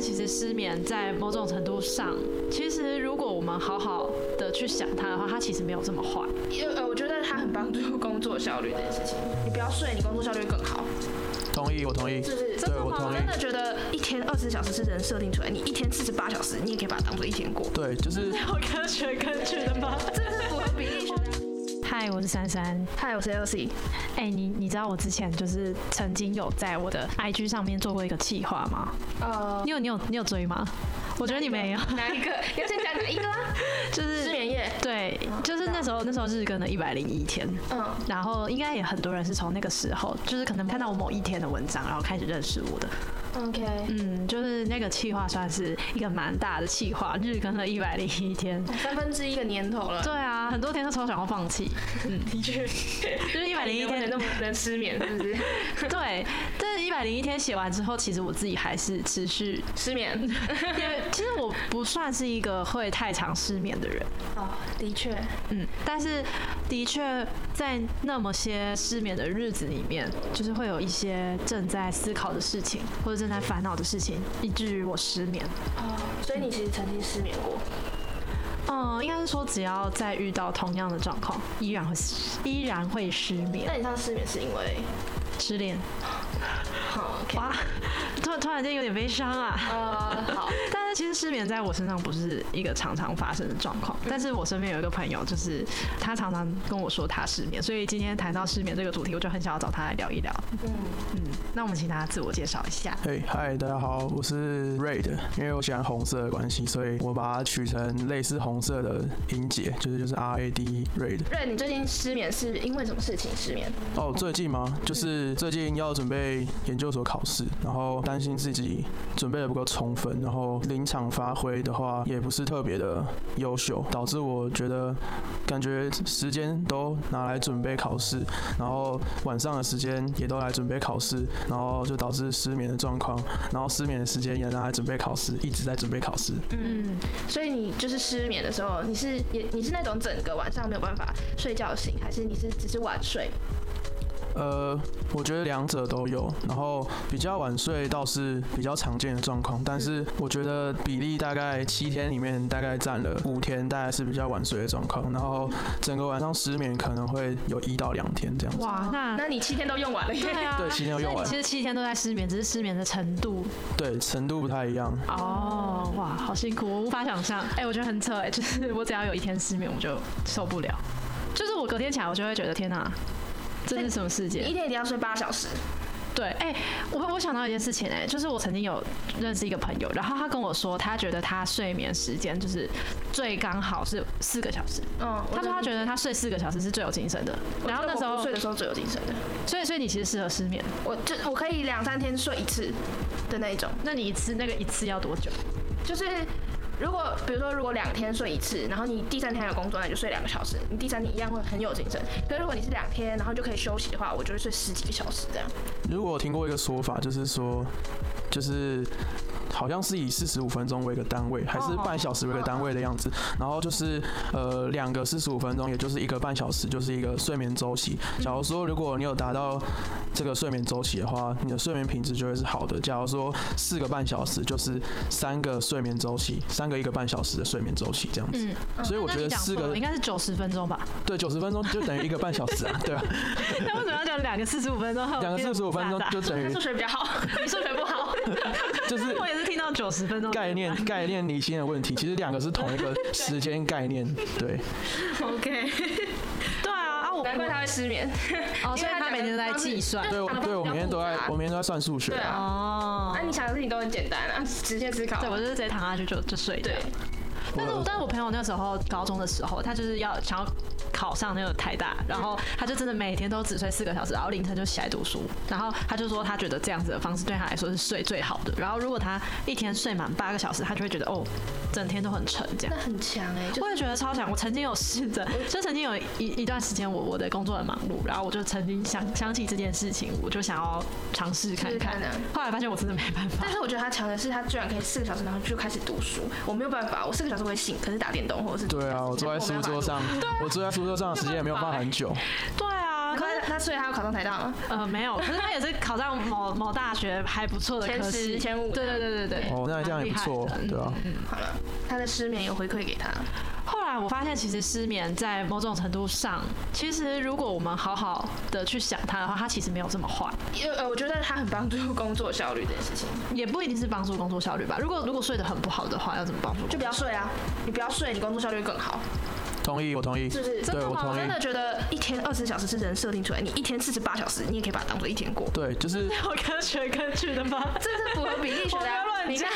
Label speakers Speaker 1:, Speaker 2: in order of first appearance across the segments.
Speaker 1: 其实失眠在某种程度上，其实如果我们好好的去想它的话，它其实没有这么坏。
Speaker 2: 因为呃，我觉得它很帮助工作效率这件事情。你不要睡，你工作效率会更好，
Speaker 3: 同意，我同意。
Speaker 2: 是不是？
Speaker 1: 真的
Speaker 3: 对我
Speaker 1: 吗
Speaker 3: 同
Speaker 2: 我
Speaker 3: 意
Speaker 2: 真的觉得一天二十小时是人设定出来，你一天四十八小时，你也可以把它当做一天过。
Speaker 3: 对，就是
Speaker 1: 有科学根据的吗？
Speaker 2: 这是符合比例学的。
Speaker 1: 嗨，我是珊珊。
Speaker 2: 嗨，我是 LC。
Speaker 1: 哎、你你知道我之前就是曾经有在我的 IG 上面做过一个企划吗？
Speaker 2: 呃，
Speaker 1: 你有你有你有追吗？我觉得你没有，
Speaker 2: 哪一个？你要先讲哪一个啊？
Speaker 1: 就是
Speaker 2: 失眠夜。啊
Speaker 1: 对，就是那时候那时候日更了一百零一天，
Speaker 2: 嗯，
Speaker 1: 然后应该也很多人是从那个时候，就是可能看到我某一天的文章，然后开始认识我的。
Speaker 2: OK，
Speaker 1: 嗯，就是那个企划算是一个蛮大的企划，日更了一百零一 天。
Speaker 2: 三分之一个年头了，
Speaker 1: 对啊，很多天的时候想要放弃，嗯
Speaker 2: 的确，
Speaker 1: 就是一百零一 天
Speaker 2: 那么能失眠，是 不是？
Speaker 1: 对，但是一百零一天写完之后，其实我自己还是持续，
Speaker 2: 失眠
Speaker 1: 因为其实我不算是一个会太常失眠的人，
Speaker 2: 哦，的确，
Speaker 1: 嗯，但是的确在那么些失眠的日子里面，就是会有一些正在思考的事情，或者正在烦恼的事情，以至于我失眠。
Speaker 2: 哦，所以你其实曾经失眠过，
Speaker 1: 嗯，应该是说只要再遇到同样的状况，依然会失依然会失眠
Speaker 2: 那你上次失眠是因为，
Speaker 1: 失恋。
Speaker 2: 好，OK，
Speaker 1: 哇，突然突然间有点悲伤啊。
Speaker 2: 呃，好，
Speaker 1: 但是其实失眠在我身上不是一个常常发生的状况，但是我身边有一个朋友，就是他常常跟我说他失眠，所以今天谈到失眠这个主题，我就很想要找他来聊一聊。
Speaker 2: 嗯，
Speaker 1: 那我们请他自我介绍一下。
Speaker 3: 嘿，嗨，大家好，我是 Red，因为我喜欢红色的关系，所以我把它取成类似红色的音节，就是就是 R A D Red。
Speaker 2: 瑞，你最近失眠是因为什么事情失眠？
Speaker 3: 哦，最近吗？就是最近要准备研究所考试，然后担心自己准备的不够充分，然后临场发挥的话也不是特别的优秀，导致我觉得感觉时间都拿来准备考试，然后晚上的时间也都来准备考试，然后就导致失眠的状况，然后失眠的时间也拿来准备考试，一直在准备考试。
Speaker 1: 嗯，
Speaker 2: 所以你就是失眠的时候，你是也你是那种整个晚上没有办法睡觉醒，还是你是只是晚睡？
Speaker 3: 呃，我觉得两者都有，然后比较晚睡倒是比较常见的状况，但是我觉得比例大概七天里面大概占了五天，大概是比较晚睡的状况，然后整个晚上失眠可能会有一到两天这样子。
Speaker 1: 哇，那
Speaker 2: 哦那你七天都用完了耶，
Speaker 1: 对啊，
Speaker 3: 对，七天要用完
Speaker 1: 其，实七天都在失眠，只是失眠的程度
Speaker 3: 对，程度不太一样。
Speaker 1: 哦，哇，好辛苦，我无法想象。哎、我觉得很扯哎、就是我只要有一天失眠，我就受不了，就是我隔天起来，我就会觉得天哪、这是什么世界
Speaker 2: 你一？天一定要睡八小时，
Speaker 1: 对，哎、我我想到一件事情、哎，就是我曾经有认识一个朋友，然后他跟我说，他觉得他睡眠时间就是最刚好是四个小时，
Speaker 2: 嗯，
Speaker 1: 他说他觉得他睡四个小时是最有精神的，然后那时
Speaker 2: 我不
Speaker 1: 候
Speaker 2: 睡，的时候最有精神的，
Speaker 1: 所以所以你其实适合失眠，
Speaker 2: 我就我可以两三天睡一次的那一种，
Speaker 1: 那你一次那个一次要多久？
Speaker 2: 就是。如果比如说，如果两天睡一次，然后你第三天还有工作，那你就睡两个小时，你第三天一样会很有精神。可是如果你是两天，然后就可以休息的话，我就会睡十几个小时这样。
Speaker 3: 如果我听过一个说法，就是说，就是好像是以四十五分钟为一个单位，还是半小时为一个单位的样子。
Speaker 1: 嗯
Speaker 3: 然后就是呃，两个四十五分钟，也就是一个半小时，就是一个睡眠周期。假如
Speaker 1: 嗯
Speaker 3: 说如果你有达到这个睡眠周期的话，你的睡眠品质就会是好的。假如说四个半小时，就是三个睡眠周期，三个一个半小时的睡眠周期这样子。
Speaker 1: 嗯，
Speaker 3: 所以我
Speaker 1: 那
Speaker 3: 觉
Speaker 1: 你
Speaker 3: 得
Speaker 1: 讲
Speaker 3: 四
Speaker 1: 错了
Speaker 3: 个
Speaker 1: 应该是九十分钟吧？
Speaker 3: 对九十分钟就等于一个半小时啊，对吧？
Speaker 1: 那为什么要讲两个四十五分钟？
Speaker 3: 两个四十五分钟就等
Speaker 2: 他
Speaker 3: 于
Speaker 2: 数学比较好， 你数学不好，
Speaker 3: 就是
Speaker 1: 我也是听到九十分钟
Speaker 3: 概念概念离心的问题，其实两个是同一个时间概念，对，
Speaker 2: OK，
Speaker 1: 对啊啊我
Speaker 2: 难怪他会失眠。
Speaker 1: 哦，所以他每天都在计算
Speaker 3: 对我对我每天都在我每天都在算数学
Speaker 2: 对
Speaker 3: 啊，
Speaker 2: 啊，
Speaker 1: 哦
Speaker 2: 那、。你想的事情都很简单啊，直线思考。
Speaker 1: 对，我就是直接躺下去就就睡觉
Speaker 2: 对。
Speaker 1: 但是
Speaker 3: 我，
Speaker 1: 但是我朋友那时候高中的时候，他就是要想要考上那个台大，然后他就真的每天都只睡四个小时，然后凌晨就起来读书。然后他就说，他觉得这样子的方式对他来说是睡最好的。然后如果他一天睡满八个小时，他就会觉得哦，整天都很沉这样
Speaker 2: 那。很强哎、就
Speaker 1: 我也觉得超想，我曾经有试着，就曾经有一一段时间我，我的工作很忙碌，然后我就曾经想想起这件事情，我就想要尝试看
Speaker 2: 试试
Speaker 1: 看
Speaker 2: 看啊。
Speaker 1: 后来发现我真的没办法
Speaker 2: 但。是我觉得他强的是，他居然可以四个小时，然后就开始读书。我没有办法，我四个小时会醒，可是打电动或者是
Speaker 3: 啊
Speaker 2: 啊
Speaker 3: 对啊，我坐在书桌，上，我坐在书桌上的时间也没有办法很久，
Speaker 1: 对啊，可
Speaker 2: 可
Speaker 1: 是
Speaker 2: 是他所以他要考上台大吗？
Speaker 1: 呃，没有，可是他也是考上某某大学还不错的
Speaker 2: 前
Speaker 1: 科
Speaker 2: 十
Speaker 1: 系，
Speaker 2: 前五
Speaker 1: 对对对对对。
Speaker 3: 哦，那这样也不错
Speaker 1: 蛮厉害，的
Speaker 3: 对啊，
Speaker 2: 好了，他的失眠有回馈给他，
Speaker 1: 后来我发现，其实失眠在某种程度上，其实如果我们好好的去想它的话，它其实没有这么坏，
Speaker 2: 因为呃，我觉得他很帮助工作效率这件事情，
Speaker 1: 也不一定是帮助工作效率吧。如果如果睡得很不好的话，要怎么帮助？
Speaker 2: 就不要睡啊，你不要睡，你工作效率更好，
Speaker 3: 同意，我同意，
Speaker 2: 嗯是不是？
Speaker 3: 对
Speaker 2: 真的
Speaker 3: 我
Speaker 2: 吗？
Speaker 3: 同
Speaker 2: 我
Speaker 3: 意
Speaker 2: 真的觉得一天二十小时是人设定出来，你一天四十八小时，你也可以把它当做一天过。
Speaker 3: 对，就是
Speaker 1: 有科学根据的吗？
Speaker 2: 这是符合比例学的、
Speaker 1: 我
Speaker 2: 啊
Speaker 1: 不要。乱
Speaker 2: 你看，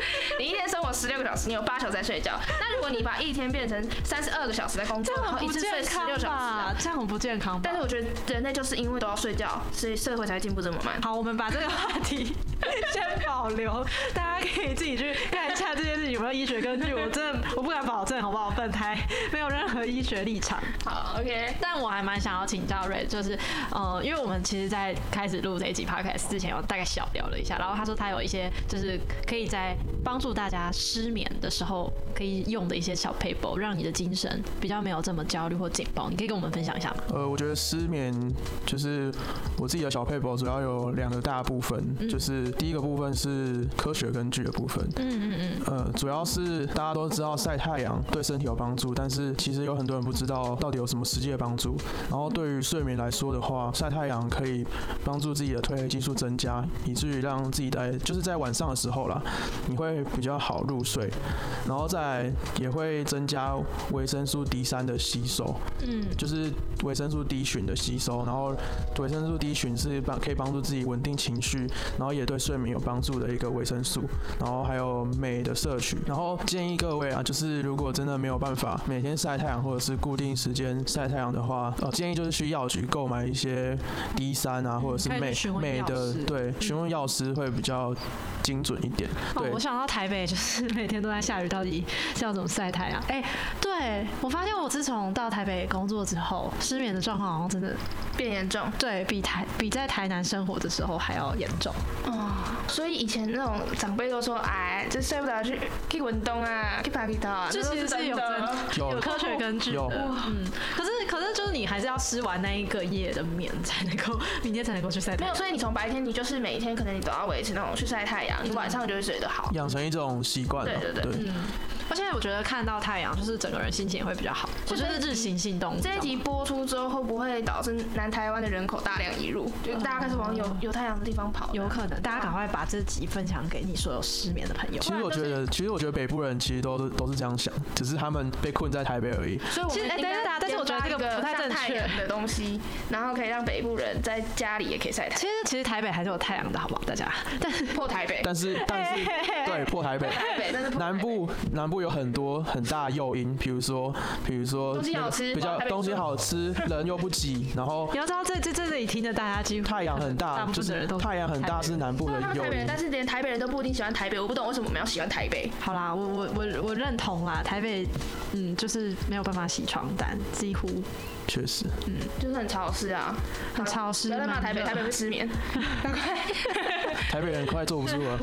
Speaker 2: 你一天生活十六个小时，你有八小时在睡觉。那如果你把一天变成三十二个小时在工作，
Speaker 1: 这
Speaker 2: 然
Speaker 1: 样
Speaker 2: 后
Speaker 1: 很
Speaker 2: 一
Speaker 1: 啊不
Speaker 2: 次睡
Speaker 1: 健
Speaker 2: 十六
Speaker 1: 康
Speaker 2: 小时、
Speaker 1: 吧
Speaker 2: 啊，？
Speaker 1: 这样很不健康吧。
Speaker 2: 但是我觉得人类就是因为都要睡觉，所以社会才会进步这么慢。
Speaker 1: 好，我们把这个话题 先保留，大家可以自己去看一下这件事情有没有医学根据。我真的我不敢保证，好不好？本台没有任何医学立场。
Speaker 2: 好，OK，
Speaker 1: 但我还蛮想要请教瑞，就是，呃，因为我们其实，在开始录这一集 podcast 之前，有大概小聊了一下，然后他说他有一些就是可以在帮助大家失眠的时候可以用的一些小 paper，让你的精神比较没有这么焦虑或紧绷。你可以跟我们分享一下吗？
Speaker 3: 呃，我觉得失眠就是我自己的小配博，主要有两个大部分，
Speaker 2: 嗯
Speaker 3: 就是第一个部分是科学根据的部分，
Speaker 1: 嗯嗯嗯，
Speaker 3: 呃，主要是大家都知道晒太阳对身体有帮助，但是其实有很多人不知道到底有什么实际的帮助。然后对于睡眠来说的话，晒太阳可以帮助自己的褪黑激素增加，以至于让自己在就是在晚上的时候啦，你会比较好入睡，然后再来也会增加维生素 D 三的吸收，
Speaker 1: 嗯，
Speaker 3: 就是维生素 D 群的吸收，然后维生素 D 群是帮可以帮助自己稳定情绪，然后也对睡眠有帮助的一个维生素，然后还有镁的摄取，然后建议各位啊，就是如果真的没有办法每天晒太阳或者是固定时间晒太阳的话，呃，建议就是去药局购买一些 D 三啊或者是
Speaker 1: 可以去
Speaker 3: 镁
Speaker 1: 询问
Speaker 3: 镁
Speaker 1: 药
Speaker 3: 的
Speaker 1: 师，嗯
Speaker 3: 对，询问药师会比较精准一点，
Speaker 1: 哦
Speaker 3: 对，
Speaker 1: 我想到台北就是每天都在下雨，到底是要怎么晒太阳？哎、对我发现我自从到台北工作之后，失眠的状况好像真的
Speaker 2: 变严重。
Speaker 1: 对比台比在台南生活的时候还要严重。
Speaker 2: 所以以前那种长辈都说，哎，这睡不着去去运动啊，去爬去道啊，
Speaker 1: 这
Speaker 2: 都
Speaker 1: 其实是有
Speaker 2: 真
Speaker 1: 真
Speaker 2: 的。
Speaker 1: 有
Speaker 3: 有
Speaker 1: 科学根据
Speaker 3: 有
Speaker 1: 的，嗯，可是可是就是你还是要吃完那一个夜的眠才能够，明天才能够去晒太
Speaker 2: 没有，
Speaker 1: 阳。
Speaker 2: 所以你从白天你就是每一天可能你都要维持那种去晒太阳，你晚上就会睡得好。
Speaker 3: 养成一种习惯啊了，
Speaker 2: 对对对
Speaker 1: 而且我觉得看到太阳，就是整个人心情也会比较好。我
Speaker 2: 就
Speaker 1: 觉
Speaker 2: 是
Speaker 1: 得日行性动物
Speaker 2: 这一集播出之后，会不会导致南台湾的人口大量移入？就大家开始往有有太阳的地方跑？
Speaker 1: 有可能，大家赶快把这集分享给你所有失眠的朋友。
Speaker 3: 其实我觉得，其实我觉得北部人其实都都是这样想，只是他们被困在台北而已。
Speaker 2: 所以我
Speaker 1: 其
Speaker 2: 们
Speaker 1: 实哎
Speaker 2: 应该
Speaker 1: 等一下但是我觉得这个
Speaker 2: 研发一
Speaker 1: 不太正确
Speaker 2: 晒太阳的东西，然后可以让北部人在家里也可以晒太
Speaker 1: 其实其实台北还是有太阳的，好不好？大家，但是
Speaker 2: 阳，破台北，
Speaker 3: 但是，但是，对，破台北，
Speaker 2: 台北，但是破台
Speaker 3: 南
Speaker 2: 北
Speaker 3: 部南部有很多很大的诱因，比如说，比如说
Speaker 2: 东西好吃
Speaker 3: 比较
Speaker 2: 台北
Speaker 3: 东西好吃，人又不 挤，然后
Speaker 1: 你要知道这这这里听的大家几乎
Speaker 3: 太阳很
Speaker 1: 大
Speaker 3: 大，
Speaker 1: 部
Speaker 3: 就
Speaker 1: 分的
Speaker 3: 是
Speaker 1: 人都
Speaker 3: 太阳很大
Speaker 1: 台北
Speaker 3: 是南部
Speaker 2: 虽
Speaker 3: 的
Speaker 2: 啊然他们
Speaker 3: 诱
Speaker 2: 台北人，
Speaker 3: 因。
Speaker 2: 但是连台北人都不一定喜欢台北，我不懂为什么我们要喜欢台北。
Speaker 1: 好啦，我我我我认同啦，台北，嗯，就是没有办法洗床单，几乎
Speaker 3: 确实，
Speaker 2: 就是很潮湿啊，
Speaker 1: 很潮湿
Speaker 2: 不要再骂
Speaker 1: 蛮
Speaker 2: 台北，
Speaker 1: 热
Speaker 2: 台北会失眠。
Speaker 3: 台北人快坐不住了。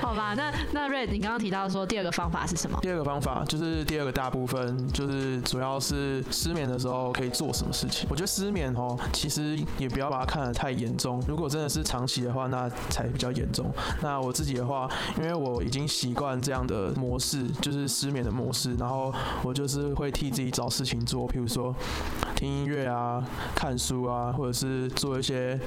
Speaker 1: 好吧，那那瑞，你刚刚提到说第二个方法是什么？
Speaker 3: 第二个方法就是第二个大部分，就是主要是失眠的时候可以做什么事情。我觉得失眠哦，其实也不要把它看得太严重。如果真的是长期的话，那才比较严重。那我自己的话，因为我已经习惯这样的模式，就是失眠的模式，然后我就是会替自己找事情做，譬如说听音乐啊、看书啊，或者是做一些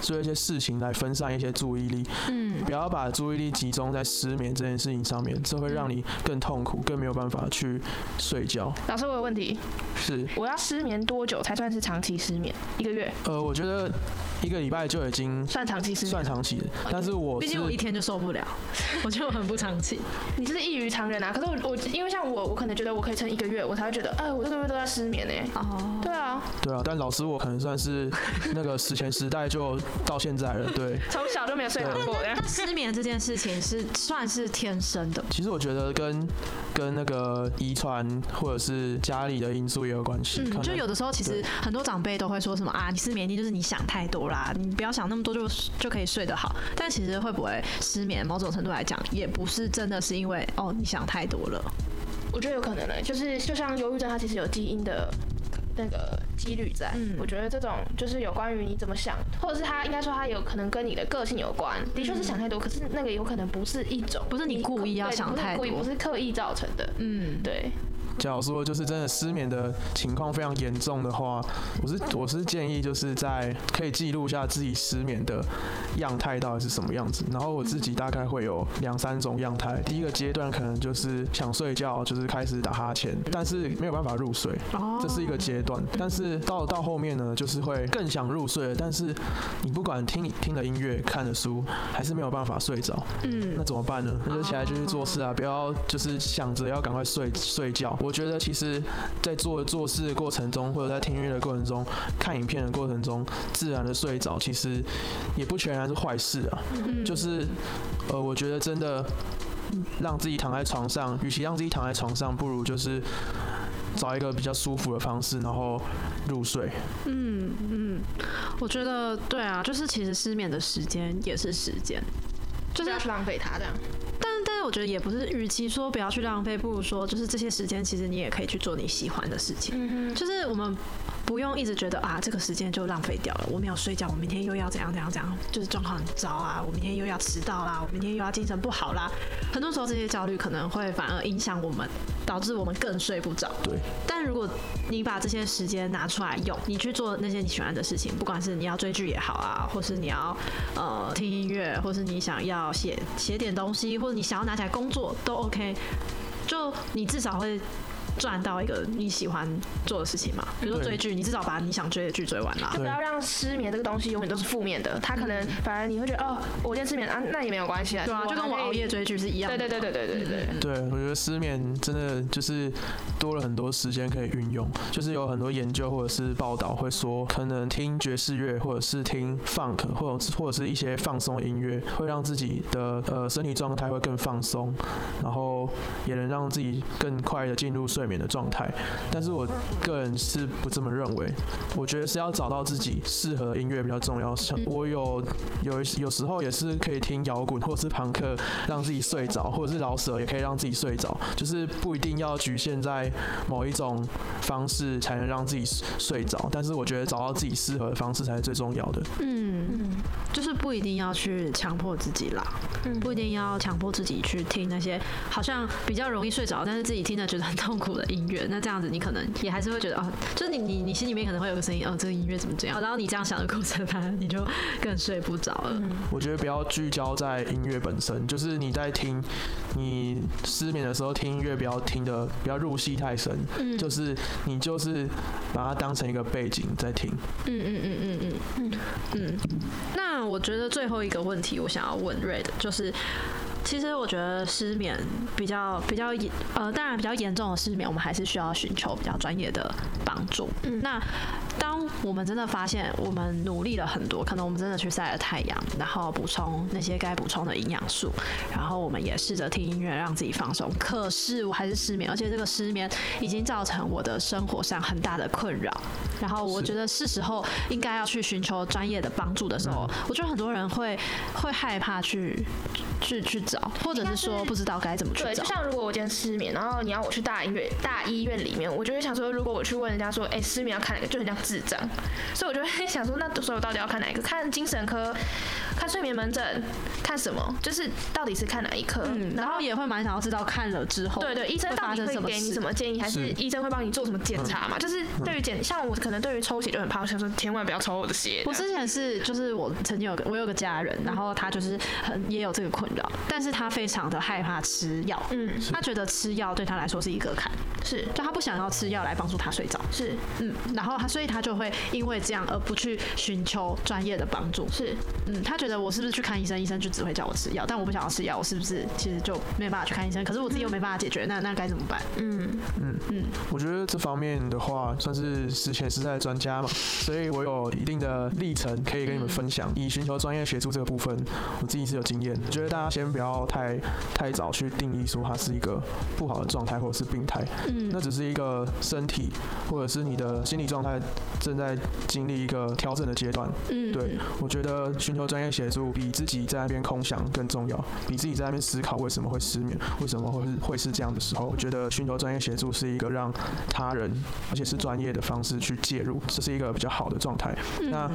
Speaker 3: 做一些事情来分散一些注意力。
Speaker 1: 嗯，
Speaker 3: 不要把注意力集中在失眠这件事情上面，这会让你更痛苦，更没有办法去睡觉。
Speaker 2: 老师，我有问题，
Speaker 3: 是，
Speaker 2: 我要失眠多久才算是长期失眠？一个月
Speaker 3: 呃，我觉得一个礼拜就已经
Speaker 2: 算长期失眠？
Speaker 3: 算长期的，但是我
Speaker 1: 毕
Speaker 3: 是
Speaker 1: 竟我一天就受不了，我就很不长气。
Speaker 2: 你就是异于常人啊。可是我我因为像我，我可能觉得我可以撑一个月，我才会觉得，哎、我这个月都在失眠欸呢、
Speaker 1: 哦，
Speaker 2: 对啊，
Speaker 3: 对啊，但老师我可能算是那个史前时代就到现在了。对，
Speaker 2: 从小就没有睡好过。
Speaker 1: 那失眠这件事情是算是天生的，
Speaker 3: 其实我觉得跟跟那个遗传或者是家里的因素也有关系，
Speaker 1: 嗯，
Speaker 3: 可能
Speaker 1: 就有的时候其实很多长辈都会说什么啊，你失眠一定就是你想太多啦，你不要想那么多就就可以睡得好。但其实会不会失眠，某种程度来讲，也不是真的是因为哦你想太多了。
Speaker 2: 欸我觉得有可能呢、就是就像忧郁症，它其实有基因的那个几率在。
Speaker 1: 嗯
Speaker 2: 我觉得这种就是有关于你怎么想，或者是他应该说他有可能跟你的个性有关，的确是想太多，可是那个有可能不是一种，
Speaker 1: 嗯不是你故意要
Speaker 2: 对
Speaker 1: 想
Speaker 2: 不是
Speaker 1: 太
Speaker 2: 故意
Speaker 1: 多
Speaker 2: 不是刻意造成的。
Speaker 1: 嗯，
Speaker 2: 对，
Speaker 3: 假如说就是真的失眠的情况非常严重的话，我是我是建议就是在可以记录下自己失眠的样态到底是什么样子。然后我自己大概会有两三种样态。第一个阶段可能就是想睡觉，就是开始打哈欠，但是没有办法入睡，
Speaker 1: 哦
Speaker 3: 这是一个阶段。但是到到后面呢，就是会更想入睡，但是你不管听听的音乐、看的书，还是没有办法睡着。
Speaker 1: 嗯
Speaker 3: 那怎么办呢？那就起来就去做事啊，不要就是想着要赶快睡睡觉。我觉得其实，在做做事的过程中，或者在听音乐的过程中，看影片的过程中，自然的睡着，其实也不全然是坏事啊。
Speaker 1: 嗯
Speaker 3: 就是，呃，我觉得真的让自己躺在床上，与其让自己躺在床上，不如就是找一个比较舒服的方式，然后入睡。
Speaker 1: 嗯嗯，我觉得对啊，就是其实失眠的时间也是时间，就
Speaker 2: 就是是要去浪费它这样。
Speaker 1: 但但是我觉得也不是，与其说不要去浪费，不如说就是这些时间，其实你也可以去做你喜欢的事情。
Speaker 2: 嗯
Speaker 1: 就是我们不用一直觉得啊，这个时间就浪费掉了，我没有睡觉，我明天又要怎样怎样怎样，就是状况很糟啊，我明天又要迟到啦，我明天又要精神不好啦。很多时候这些焦虑可能会反而影响我们，导致我们更睡不着。
Speaker 3: 对，
Speaker 1: 但如果你把这些时间拿出来用，你去做那些你喜欢的事情，不管是你要追剧也好啊，或是你要呃听音乐，或是你想要写写点东西，或者你想要拿起来工作都 OK，就你至少会。赚到一个你喜欢做的事情嘛，比如说
Speaker 3: 对
Speaker 1: 追剧，你至少把你想追的剧追完啦
Speaker 2: 就。不
Speaker 3: 对
Speaker 2: 要让失眠这个东西永远都是负面的，它可能反而你会觉得哦，我今天失眠啊，那也没有关系啊，
Speaker 1: 嗯对啊，就跟我
Speaker 2: 还可以
Speaker 1: 熬夜。追剧是一样
Speaker 2: 对
Speaker 1: 的。
Speaker 2: 对对对对对对。
Speaker 3: 对，我觉得失眠真的就是多了很多时间可以运用，就是有很多研究或者是报道会说，可能听爵士乐或者是听 funk 或者或者是一些放松的音乐，会让自己的呃身体状态会更放松，然后也能让自己更快的进入睡眠的状态。但是我个人是不这么认为，我觉得是要找到自己适合的音乐比较重要。像我有有一有时候也是可以听摇滚或是朋克，让自己睡着，或者是老舍也可以让自己睡着，就是不一定要局限在某一种方式才能让自己睡着。但是我觉得找到自己适合的方式才是最重要的。
Speaker 1: 嗯，
Speaker 2: 嗯
Speaker 1: 就是不一定要去强迫自己啦。
Speaker 2: 嗯
Speaker 1: 不一定要强迫自己去听那些好像比较容易睡着，但是自己听了觉得很痛苦的音乐。那这样子，你可能也还是会觉得啊，就是你你你心里面可能会有个声音，哦，这个音乐怎么这样？然后你这样想的过程，反而你就更睡不着了。
Speaker 3: 我觉得不要聚焦在音乐本身，就是你在听你失眠的时候听音乐，不要听的不要入戏太深，
Speaker 1: 嗯
Speaker 3: 就是你就是把它当成一个背景在听。
Speaker 1: 嗯嗯嗯嗯嗯嗯嗯。那我觉得最后一个问题，我想要问瑞的就是。其实我觉得失眠比较比较严，呃，当然比较严重的失眠，我们还是需要寻求比较专业的帮助。
Speaker 2: 嗯
Speaker 1: 那当我们真的发现我们努力了很多，可能我们真的去晒了太阳，然后补充那些该补充的营养素，然后我们也试着听音乐让自己放松。可是我还是失眠，而且这个失眠已经造成我的生活上很大的困扰。然后我
Speaker 3: 是
Speaker 1: 觉得是时候应该要去寻求专业的帮助的时候，我觉得很多人会会害怕去 去去找，或者是说不知道该怎么去
Speaker 2: 对，
Speaker 1: 找
Speaker 2: 就。像如果我今天失眠，然后你要我去大医院，大医院里面，我就会想说，如果我去问人家说，哎、失眠要看哪个，就很像智障，所以我就会 想说，那所以我到底要看哪一个？看精神科，看睡眠门诊，看什么？就是到底是看哪一科？
Speaker 1: 嗯，然后也会蛮想要知道看了之后，
Speaker 2: 对对，医生
Speaker 1: 会
Speaker 2: 到
Speaker 1: 发
Speaker 2: 底
Speaker 1: 生
Speaker 2: 会
Speaker 1: 什么
Speaker 2: 给你
Speaker 1: 事
Speaker 2: 什么建议，还是
Speaker 3: 是
Speaker 2: 医生会帮你做什么检查嘛？就是对于检，像我可能对于抽血就很怕，我想说千万不要抽我的血。
Speaker 1: 我
Speaker 2: 这样
Speaker 1: 之前是就是我曾经有个我有个家人，
Speaker 2: 嗯
Speaker 1: 然后他就是很也有这个困扰，但是他非常的害怕吃药，
Speaker 2: 嗯
Speaker 1: 他觉得吃药对他来说是一个坎，
Speaker 2: 是
Speaker 1: 就他不想要吃药来帮助他睡着，
Speaker 2: 是
Speaker 1: 嗯，然后他所以他就会因为这样而不去寻求专业的帮助，
Speaker 2: 是，
Speaker 1: 嗯，他觉得我是不是去看医生，医生就只会叫我吃药，但我不想要吃药，我是不是其实就没办法去看医生？可是我自己又没办法解决，那那该怎么办？
Speaker 2: 嗯
Speaker 3: 我觉得这方面的话，算是史前时代的专家嘛，所以我有一定的历程可以跟你们分享。以寻求专业学术这个部分，我自己是有经验的。觉得大家先不要太太早去定义说它是一个不好的状态或者是病态，
Speaker 1: 嗯
Speaker 3: 那只是一个身体或者是你的心理状态正在经历一个调整的阶段。
Speaker 1: 嗯
Speaker 3: 对，我觉得寻求专业协协助比自己在那边空想更重要，比自己在那边思考为什么会失眠，为什么会是会是这样的时候，我觉得寻求专业协助是一个让他人而且是专业的方式去介入，这是一个比较好的状态。那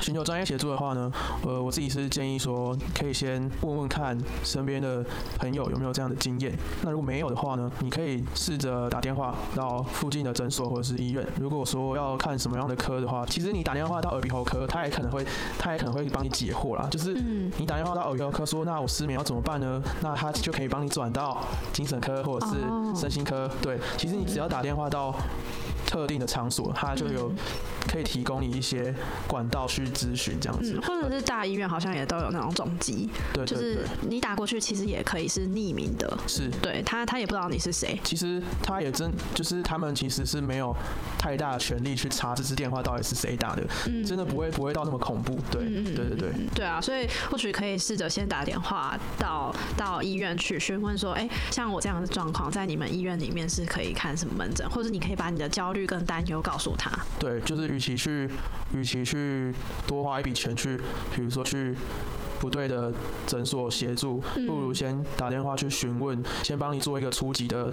Speaker 3: 寻求专业协助的话呢，呃，我自己是建议说，可以先问问看身边的朋友有没有这样的经验。那如果没有的话呢，你可以试着打电话到附近的诊所或者是医院。如果说要看什么样的科的话，其实你打电话到耳鼻喉科，他也可能会，他也可能会帮你解惑啦。就是
Speaker 1: 嗯
Speaker 3: 你打电话到耳鼻喉科说，那我失眠要怎么办呢？那他就可以帮你转到精神科或者是
Speaker 1: 哦
Speaker 3: 身心科。对，其实你只要打电话到特定的场所，他就
Speaker 1: 嗯
Speaker 3: 有可以提供你一些管道去咨询这样子。
Speaker 1: 嗯，或者是大医院好像也都有那种总机，
Speaker 3: 对
Speaker 1: 就
Speaker 3: 对对
Speaker 1: 是你打过去其实也可以是匿名的，
Speaker 3: 是。
Speaker 1: 对他他也不知道你是谁，
Speaker 3: 其实他也真就是他们其实是没有太大的权利去查这支电话到底是谁打的，
Speaker 1: 嗯，
Speaker 3: 真的不会不会到那么恐怖。对
Speaker 1: 嗯嗯
Speaker 3: 对对对，
Speaker 1: 对啊，所以或许可以试着先打电话到到医院去询问说，哎、像我这样的状况，在你们医院里面是可以看什么门诊，或者你可以把你的焦虑跟担忧告诉他。
Speaker 3: 对，就是与其去，与其去多花一笔钱去，比如说去不对的诊所协助，不如先打电话去询问，先帮你做一个初级的。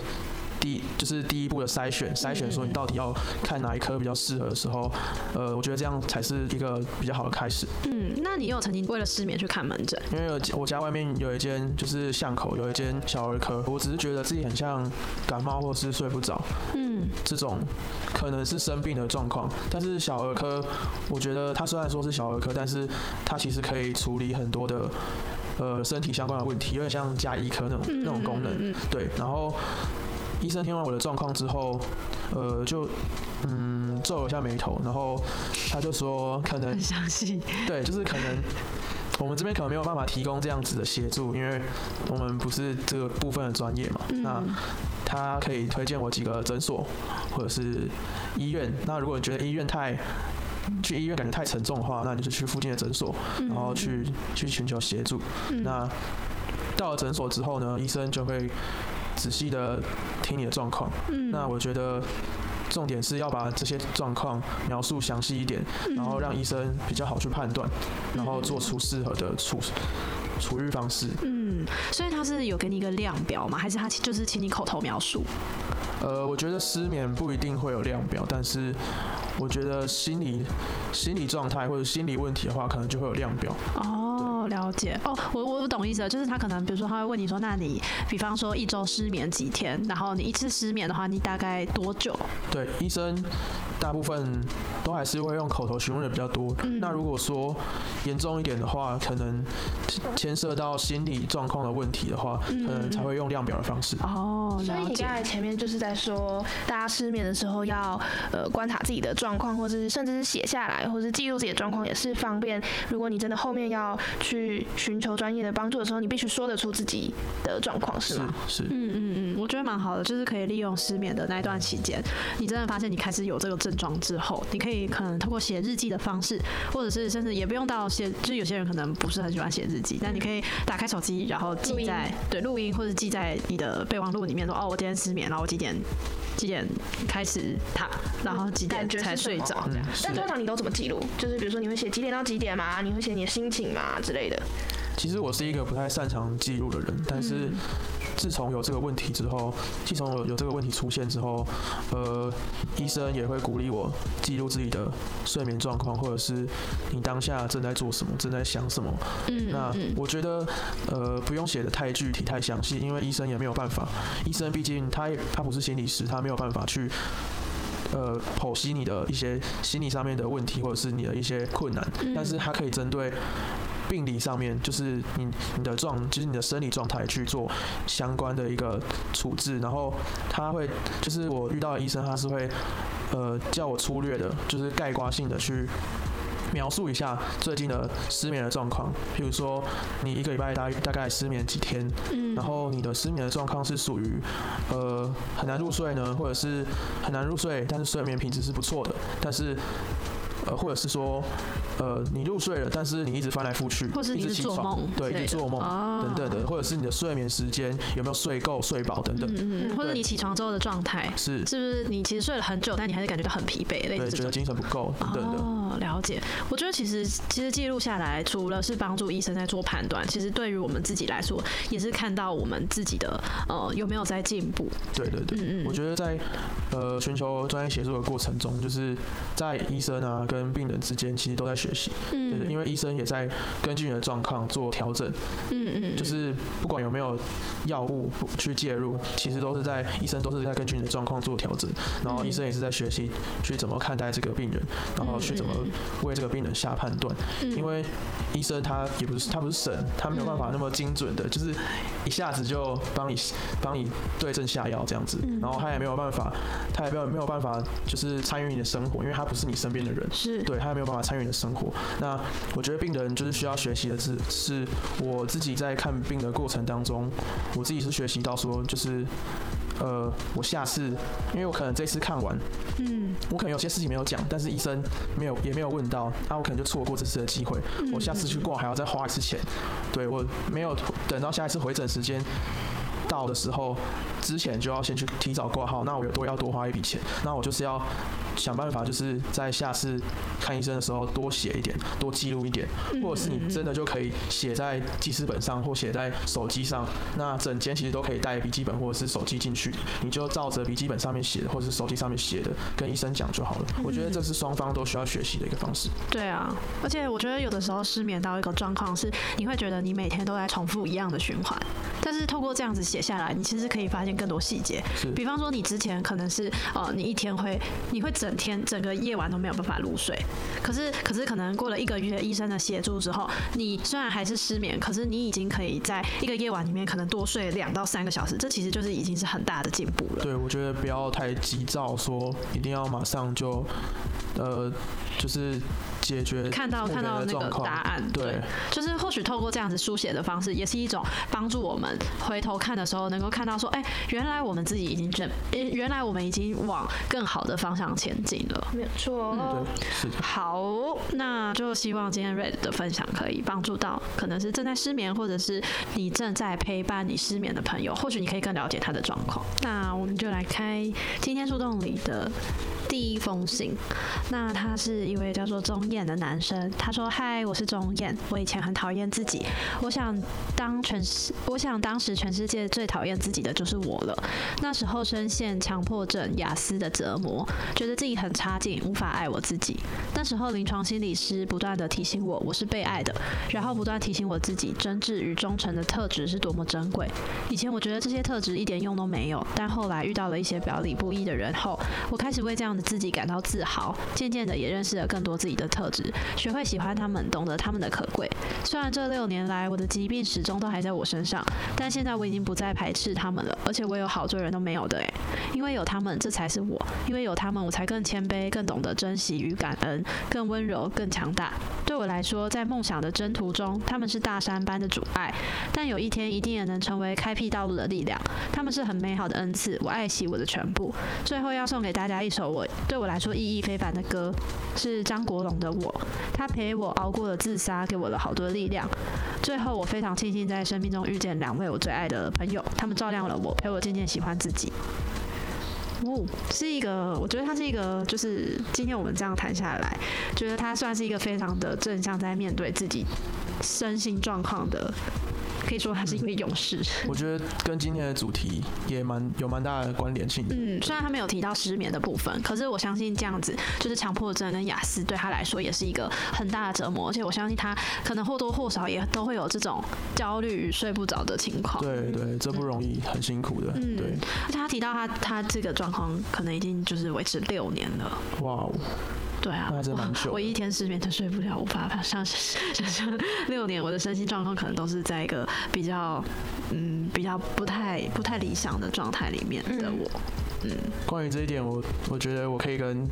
Speaker 3: 第就是第一步的筛选，筛选说你到底要看哪一科比较适合的时候，呃，我觉得这样才是一个比较好的开始。
Speaker 1: 嗯，那你有曾经为了失眠去看门诊？
Speaker 3: 因为有我家外面有一间就是巷口有一间小儿科，我只是觉得自己很像感冒或是睡不着，
Speaker 1: 嗯，
Speaker 3: 这种可能是生病的状况，但是小儿科，我觉得它虽然说是小儿科，但是它其实可以处理很多的呃身体相关的问题，有点像加医科那种那种功能。
Speaker 1: 嗯，
Speaker 3: 对，然后医生听完我的状况之后，呃，就嗯皱了一下眉头，然后他就说可能
Speaker 1: 很详细。
Speaker 3: 对，就是可能我们这边可能没有办法提供这样子的协助，因为我们不是这个部分的专业嘛。
Speaker 1: 嗯
Speaker 3: 那他可以推荐我几个诊所或者是医院。那如果你觉得医院太去医院感觉太沉重的话，那你就去附近的诊所，
Speaker 1: 嗯
Speaker 3: 然后去去寻求协助。那到了诊所之后呢，医生就会仔细的听你的状况。
Speaker 1: 嗯
Speaker 3: 那我觉得重点是要把这些状况描述详细一点，然后让医生比较好去判断，然后做出适合的处处遇方式。
Speaker 1: 嗯，所以他是有给你一个量表吗？还是他其就是请你口头描述？
Speaker 3: 呃，我觉得失眠不一定会有量表，但是我觉得心理心理状态或者心理问题的话，可能就会有量表。
Speaker 1: 哦，了解。哦，我我我懂意思了，就是他可能比如说他会问你说，那你比方说一周失眠几天，然后你一次失眠的话，你大概多久？
Speaker 3: 对，医生大部分都还是会用口头询问的比较多。那如果说严重一点的话，可能牵涉到心理状况的问题的话，可能才会用量表的方式。
Speaker 1: 哦，
Speaker 2: 所以
Speaker 1: 了
Speaker 2: 你
Speaker 1: 解
Speaker 2: 刚。才前面就是在说，大家失眠的时候要呃观察自己的状况，或者是甚至是写下来，或是记录自己的状况，也是方便。如果你真的后面要去寻求专业的帮助的时候，你必须说得出自己的状况，是
Speaker 3: 是
Speaker 2: 吗？
Speaker 3: 是，
Speaker 1: 嗯嗯嗯，我觉得蛮好的，就是可以利用失眠的那一段期间，你真的发现你开始有这个症状之后，你可以可能通过写日记的方式，或者是甚至也不用到写，就是有些人可能不是很喜欢写日记，但你可以打开手机，然后
Speaker 2: 录
Speaker 1: 记
Speaker 2: 音
Speaker 1: 在对录音或者记在你的备忘录里面说哦，我今天失眠，然后我几点几点开始躺，然后几点
Speaker 2: 嗯感觉是啊
Speaker 1: 才
Speaker 2: 什
Speaker 1: 睡
Speaker 2: 么
Speaker 1: 着。
Speaker 3: 嗯，
Speaker 2: 但
Speaker 3: 是。
Speaker 2: 通常你都怎么记录？就是比如说你会写几点到几点嘛？你会写你的心情嘛之类的？
Speaker 3: 其实我是一个不太擅长记录的人，但
Speaker 1: 嗯
Speaker 3: 是自从有这个问题之后，自从有有这个问题出现之后，呃，医生也会鼓励我记录自己的睡眠状况，或者是你当下正在做什么，正在想什么。
Speaker 1: 嗯
Speaker 3: 那我觉得，呃，不用写的太具体、太详细，因为医生也没有办法。医生毕竟他也他不是心理师，他没有办法去。呃，剖析你的一些心理上面的问题，或者是你的一些困难，
Speaker 1: 嗯
Speaker 3: 但是他可以针对病理上面，就是你你的状，就是你的生理状态去做相关的一个处置，然后他会，就是我遇到的医生，他是会呃叫我粗略的，就是概括性的去。描述一下最近的失眠的状况，譬如说你一个礼拜大大概失眠几天，
Speaker 1: 嗯
Speaker 3: 然后你的失眠的状况是属于呃很难入睡呢，或者是很难入睡，但是睡眠品质是不错的，但是呃或者是说呃你入睡了，但是你一直翻来覆去，
Speaker 1: 或是你一直
Speaker 3: 起
Speaker 1: 做
Speaker 3: 床
Speaker 1: 梦
Speaker 3: 对，
Speaker 1: 之
Speaker 3: 一
Speaker 1: 类
Speaker 3: 直
Speaker 1: 的
Speaker 3: 做梦、
Speaker 1: 哦
Speaker 3: 等等的，或者是你的睡眠时间有没有睡够、睡饱等等，
Speaker 1: 嗯嗯，或者你起床之后的状态，
Speaker 3: 是
Speaker 1: 是不是你其实睡了很久，但你还是感觉到很疲惫，类
Speaker 3: 对
Speaker 1: 似这
Speaker 3: 觉得
Speaker 1: 种。
Speaker 3: 精神不够等等的，
Speaker 1: 哦哦，了解。我觉得其实其实记录下来，除了是帮助医生在做判断，其实对于我们自己来说，也是看到我们自己的呃有没有在进步。
Speaker 3: 对对对，
Speaker 1: 嗯嗯
Speaker 3: 我觉得在呃寻求专业协助的过程中，就是在医生啊跟病人之间，其实都在学习。对对，
Speaker 1: 嗯
Speaker 3: 因为医生也在根据你的状况做调整，
Speaker 1: 嗯嗯，
Speaker 3: 就是不管有没有药物去介入，其实都是在医生都是在根据你的状况做调整，然
Speaker 1: 嗯
Speaker 3: 后医生也是在学习去怎么看待这个病人，然后去怎么
Speaker 1: 嗯
Speaker 3: 为这个病人下判断。因为医生他也不是他不是神，他没有办法那么精准的，就是一下子就帮你帮你对症下药这样子，然后他也没有办法，他也没有没有办法就是参与你的生活，因为他不是你身边的人。
Speaker 1: 是
Speaker 3: 对他也没有办法参与你的生活。那我觉得病人就是需要学习的是，是我自己在看病的过程当中，我自己是学习到说，就是呃，我下次，因为我可能这次看完，
Speaker 1: 嗯
Speaker 3: 我可能有些事情没有讲，但是医生没有也没有问到，啊那、我可能就错过这次的机会。我下次去挂还要再花一次钱，对我没有等到下一次回诊时间。到的时候之前就要先去提早挂号，那我有多要多花一笔钱，那我就是要想办法，就是在下次看医生的时候多写一点，多记录一点，
Speaker 1: 嗯
Speaker 3: 嗯或者是你真的就可以写在记事本上或写在手机上，那整间其实都可以带笔记本或者是手机进去，你就照着笔记本上面写的或者是手机上面写的跟医生讲就好了。
Speaker 1: 嗯
Speaker 3: 我觉得这是双方都需要学习的一个方式。
Speaker 1: 对啊，而且我觉得有的时候失眠到一个状况是，你会觉得你每天都在重复一样的循环，但是透过这样子写下来，你其实可以发现更多细节
Speaker 3: 是。
Speaker 1: 比方说，你之前可能是呃，你一天会，你会整天整个夜晚都没有办法入睡，可是可是可能过了一个月医生的协助之后，你虽然还是失眠，可是你已经可以在一个夜晚里面可能多睡两到三个小时，这其实就是已经是很大的进步了。
Speaker 3: 对，我觉得不要太急躁，说一定要马上就，呃，就是解决
Speaker 1: 看到
Speaker 3: 目
Speaker 1: 看
Speaker 3: 前
Speaker 1: 到
Speaker 3: 的
Speaker 1: 那
Speaker 3: 状
Speaker 1: 个
Speaker 3: 况
Speaker 1: 答案，
Speaker 3: 对，
Speaker 1: 就是或许透过这样子书写的方式，也是一种帮助我们回头看的时候能够看到说，哎、原来我们自己已经正，呃原来我们已经往更好的方向前进了。
Speaker 2: 没有错。哦
Speaker 3: 对，是的。
Speaker 1: 好，那就希望今天 Red 的分享可以帮助到，可能是正在失眠，或者是你正在陪伴你失眠的朋友，或许你可以更了解他的状况。那我们就来开今天树洞里的第一封信。那他是一位叫做钟燕的男生，他说：“嗨，我是钟燕，我以前很讨厌自己，我想当全世，我想当时全世界最讨厌自己的就是我了。那时候深陷强迫症、雅思的折磨，觉得自己很差劲，无法爱我自己。那时候临床心理师不断的提醒我，我是被爱的，然后不断提醒我自己，真挚与忠诚的特质是多么珍贵。以前我觉得这些特质一点用都没有，但后来遇到了一些表里不一的人后，我开始为这样的自己感到自豪，渐渐的也认识了更多自己的特质，学会喜欢他们，懂得他们的可贵。虽然这六年来我的疾病始终都还在我身上，但现在我已经不再排斥他们了，而且我有好多人都没有的诶，因为有他们，这才是我；因为有他们，我才更谦卑，更懂得珍惜与感恩，更温柔，更强大。对我来说，在梦想的征途中，他们是大山般的阻碍，但有一天一定也能成为开辟道路的力量。他们是很美好的恩赐，我爱惜我的全部。最后要送给大家一首我对我来说意义非凡的歌，是张国荣的《我》，他陪我熬过了自杀，给我了好多力量。最后我非常庆幸在生命中遇见两位我最爱的朋友，他们照亮了我，陪我渐渐喜欢自己。哦，是一个，我觉得他是一个，就是今天我们这样谈下来，觉得他算是一个非常的正向，在面对自己身心状况的，可以说他是一位勇士。
Speaker 3: 我觉得跟今天的主题也蛮有蛮大的关联性的。
Speaker 1: 嗯，虽然他没有提到失眠的部分，可是我相信这样子就是强迫症跟雅思对他来说也是一个很大的折磨，而且我相信他可能或多或少也都会有这种焦虑与睡不着的情况。
Speaker 2: 嗯
Speaker 3: 对对，这不容易，很辛苦的。
Speaker 1: 嗯
Speaker 3: 对，
Speaker 1: 而且他提到他他这个状况可能已经就是维持六年了，
Speaker 3: 哇哦，
Speaker 1: 对啊，
Speaker 3: 那还真蛮久的
Speaker 1: 我我一天失眠就睡不了，无法想想象六年我的身心状况可能都是在一个比较嗯比较不太不太理想的状态里面的我，
Speaker 3: 关于这一点，我我觉得我可以跟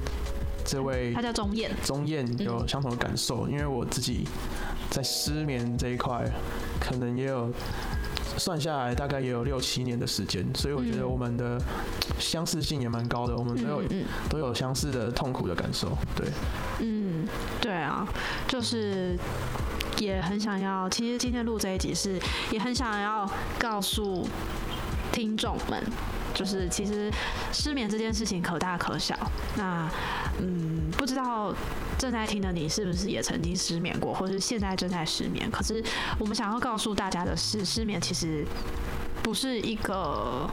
Speaker 3: 这位
Speaker 1: 他叫钟燕，
Speaker 3: 钟燕
Speaker 2: 嗯
Speaker 3: 有相同的感受，因为我自己在失眠这一块，可能也有算下来大概也有六七年的时间，所以我觉
Speaker 2: 嗯
Speaker 3: 得我们的相似性也蛮高的，我们都有、
Speaker 1: 嗯。
Speaker 3: 都有相似的痛苦的感受。对，
Speaker 1: 嗯，对啊，就是也很想要。其实今天录这一集是也很想要告诉听众们，就是其实失眠这件事情可大可小。那嗯，不知道正在听的你是不是也曾经失眠过，或是现在正在失眠？可是我们想要告诉大家的是，失眠其实不是一个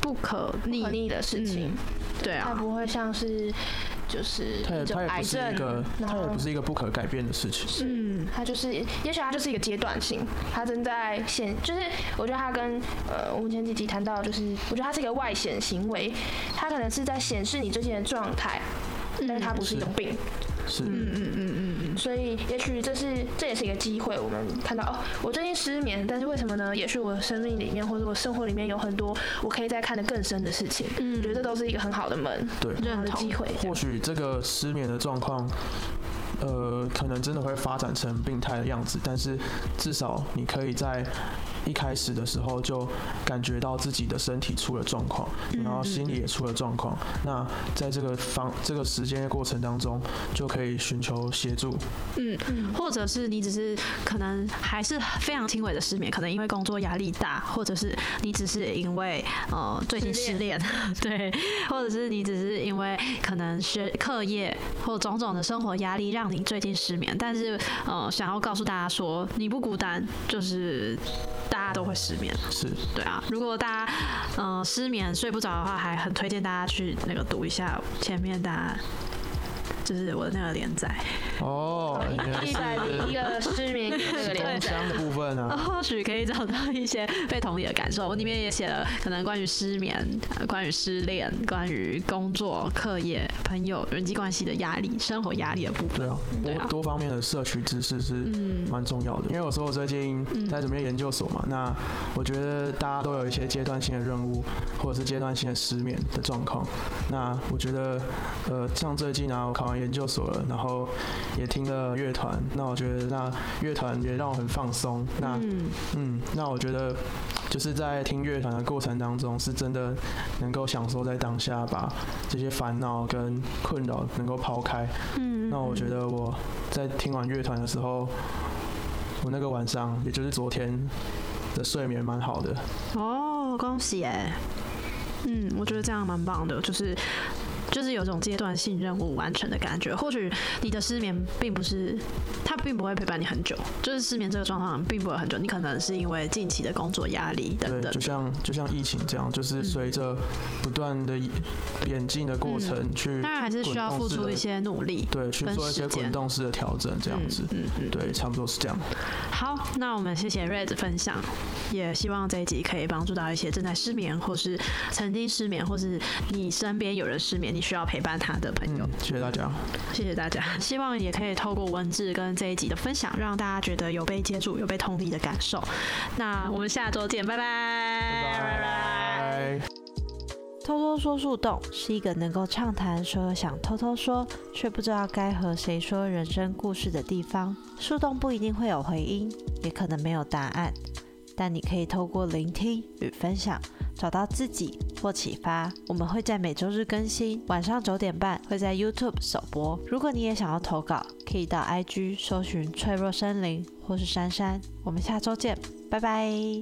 Speaker 1: 不可逆
Speaker 2: 可逆的事情，
Speaker 1: 对
Speaker 2: 它
Speaker 1: 啊，
Speaker 2: 不会像是就是
Speaker 3: 它也
Speaker 2: 一种
Speaker 3: 它也
Speaker 2: 癌
Speaker 3: 不是一个
Speaker 2: 症，然
Speaker 3: 它也
Speaker 2: 后
Speaker 3: 不是一个不可改变的事情。
Speaker 1: 嗯，
Speaker 2: 它就是，也许它就是一个阶段性，它正在显，就是我觉得它跟呃，我们前几集谈到，就是我觉得它是一个外显行为，它可能是在显示你最近的状态，但是它不是一种病，
Speaker 3: 是，
Speaker 2: 嗯所以也许这是这也是一个机会，我们看到哦，我最近失眠，但是为什么呢？也许我生命里面或者我生活里面有很多我可以再看得更深的事情，我觉得这都是一个很好的门，
Speaker 3: 对。
Speaker 2: 很好
Speaker 1: 认
Speaker 2: 的
Speaker 1: 同
Speaker 2: 机。会，
Speaker 3: 或许这个失眠的状况，呃，可能真的会发展成病态的样子，但是至少你可以在一开始的时候就感觉到自己的身体出了状况，
Speaker 2: 嗯
Speaker 3: 然后心理也出了状况。那在这个方这个时间的过程当中，就可以寻求协助。
Speaker 1: 或者是你只是可能还是非常轻微的失眠，可能因为工作压力大，或者是你只是因为呃最近失
Speaker 2: 失
Speaker 1: 恋， 对，或者是你只是因为可能学课业或种种的生活压力让你最近失眠，但是呃想要告诉大家说你不孤单，就是大家都会失眠，
Speaker 3: 是，
Speaker 1: 对啊，如果大家嗯、呃失眠睡不着的话，还很推荐大家去那个读一下前面大家。就是我的那个连载，
Speaker 3: 哦，原来
Speaker 2: 一百零一
Speaker 3: 是
Speaker 2: 个失眠这个连载。
Speaker 3: 工伤的部分 啊。
Speaker 1: 或许可以找到一些被同理的感受。我里面也写了可能关于失眠、呃关于失恋、关于工作、课业、朋友、人际关系的压力、生活压力的部分。
Speaker 3: 对啊，
Speaker 1: 对啊嗯
Speaker 3: 多多方面的摄取知识是蛮重要的。因为我说我最近在准备研究所嘛，那我觉得大家都有一些阶段性的任务，或者是阶段性的失眠的状况。那我觉得，呃，像最近啊，我考完研究所了，然后也听了乐团，那我觉得那乐团也让我很放松。那
Speaker 1: 嗯，
Speaker 3: 嗯，那我觉得就是在听乐团的过程当中，是真的能够享受在当下，把这些烦恼跟困扰能够抛开。嗯，那我觉得我在听完乐团的时候，我那个晚上，也就是昨天的睡眠蛮好的。
Speaker 1: 哦，恭喜哎！嗯，我觉得这样蛮棒的，就是。就是有种阶段性任务完成的感觉。或许你的失眠并不是，它并不会陪伴你很久，就是失眠这个状况并不会很久。你可能是因为近期的工作压力等
Speaker 3: 对，
Speaker 1: 等
Speaker 3: 就。像就像疫情这样，
Speaker 1: 嗯
Speaker 3: 就是随着不断的演进的过程去，
Speaker 1: 当然还是需要付出一些努力。
Speaker 3: 对，去
Speaker 1: 跟
Speaker 3: 做一
Speaker 1: 时
Speaker 3: 些滚
Speaker 1: 间
Speaker 3: 动式的调整，这样子。
Speaker 1: 嗯嗯。
Speaker 3: 对，差不多是这样。
Speaker 1: 好，那我们谢谢 Red 分享，也希望这一集可以帮助到一些正在失眠，或是曾经失眠，或是你身边有人失眠，你需要陪伴他的朋友。
Speaker 3: 嗯，谢谢大家。
Speaker 1: 谢谢大家， 希望也可以透过文字跟这一集的分享，让大家觉得有被接住、有被同理的感受。那我们下周见，拜拜。
Speaker 3: 拜拜。
Speaker 4: 偷偷说树洞是一个能够畅谈所有想偷偷说却不知道该和谁说人生故事的地方。树洞不一定会有回音，也可能没有答案，但你可以透过聆听与分享找到自己或启发。我们会在每周日更新，晚上九点半会在 YouTube 首播。如果你也想要投稿，可以到 IG 搜寻脆弱森林或是珊珊。我们下周见，拜拜。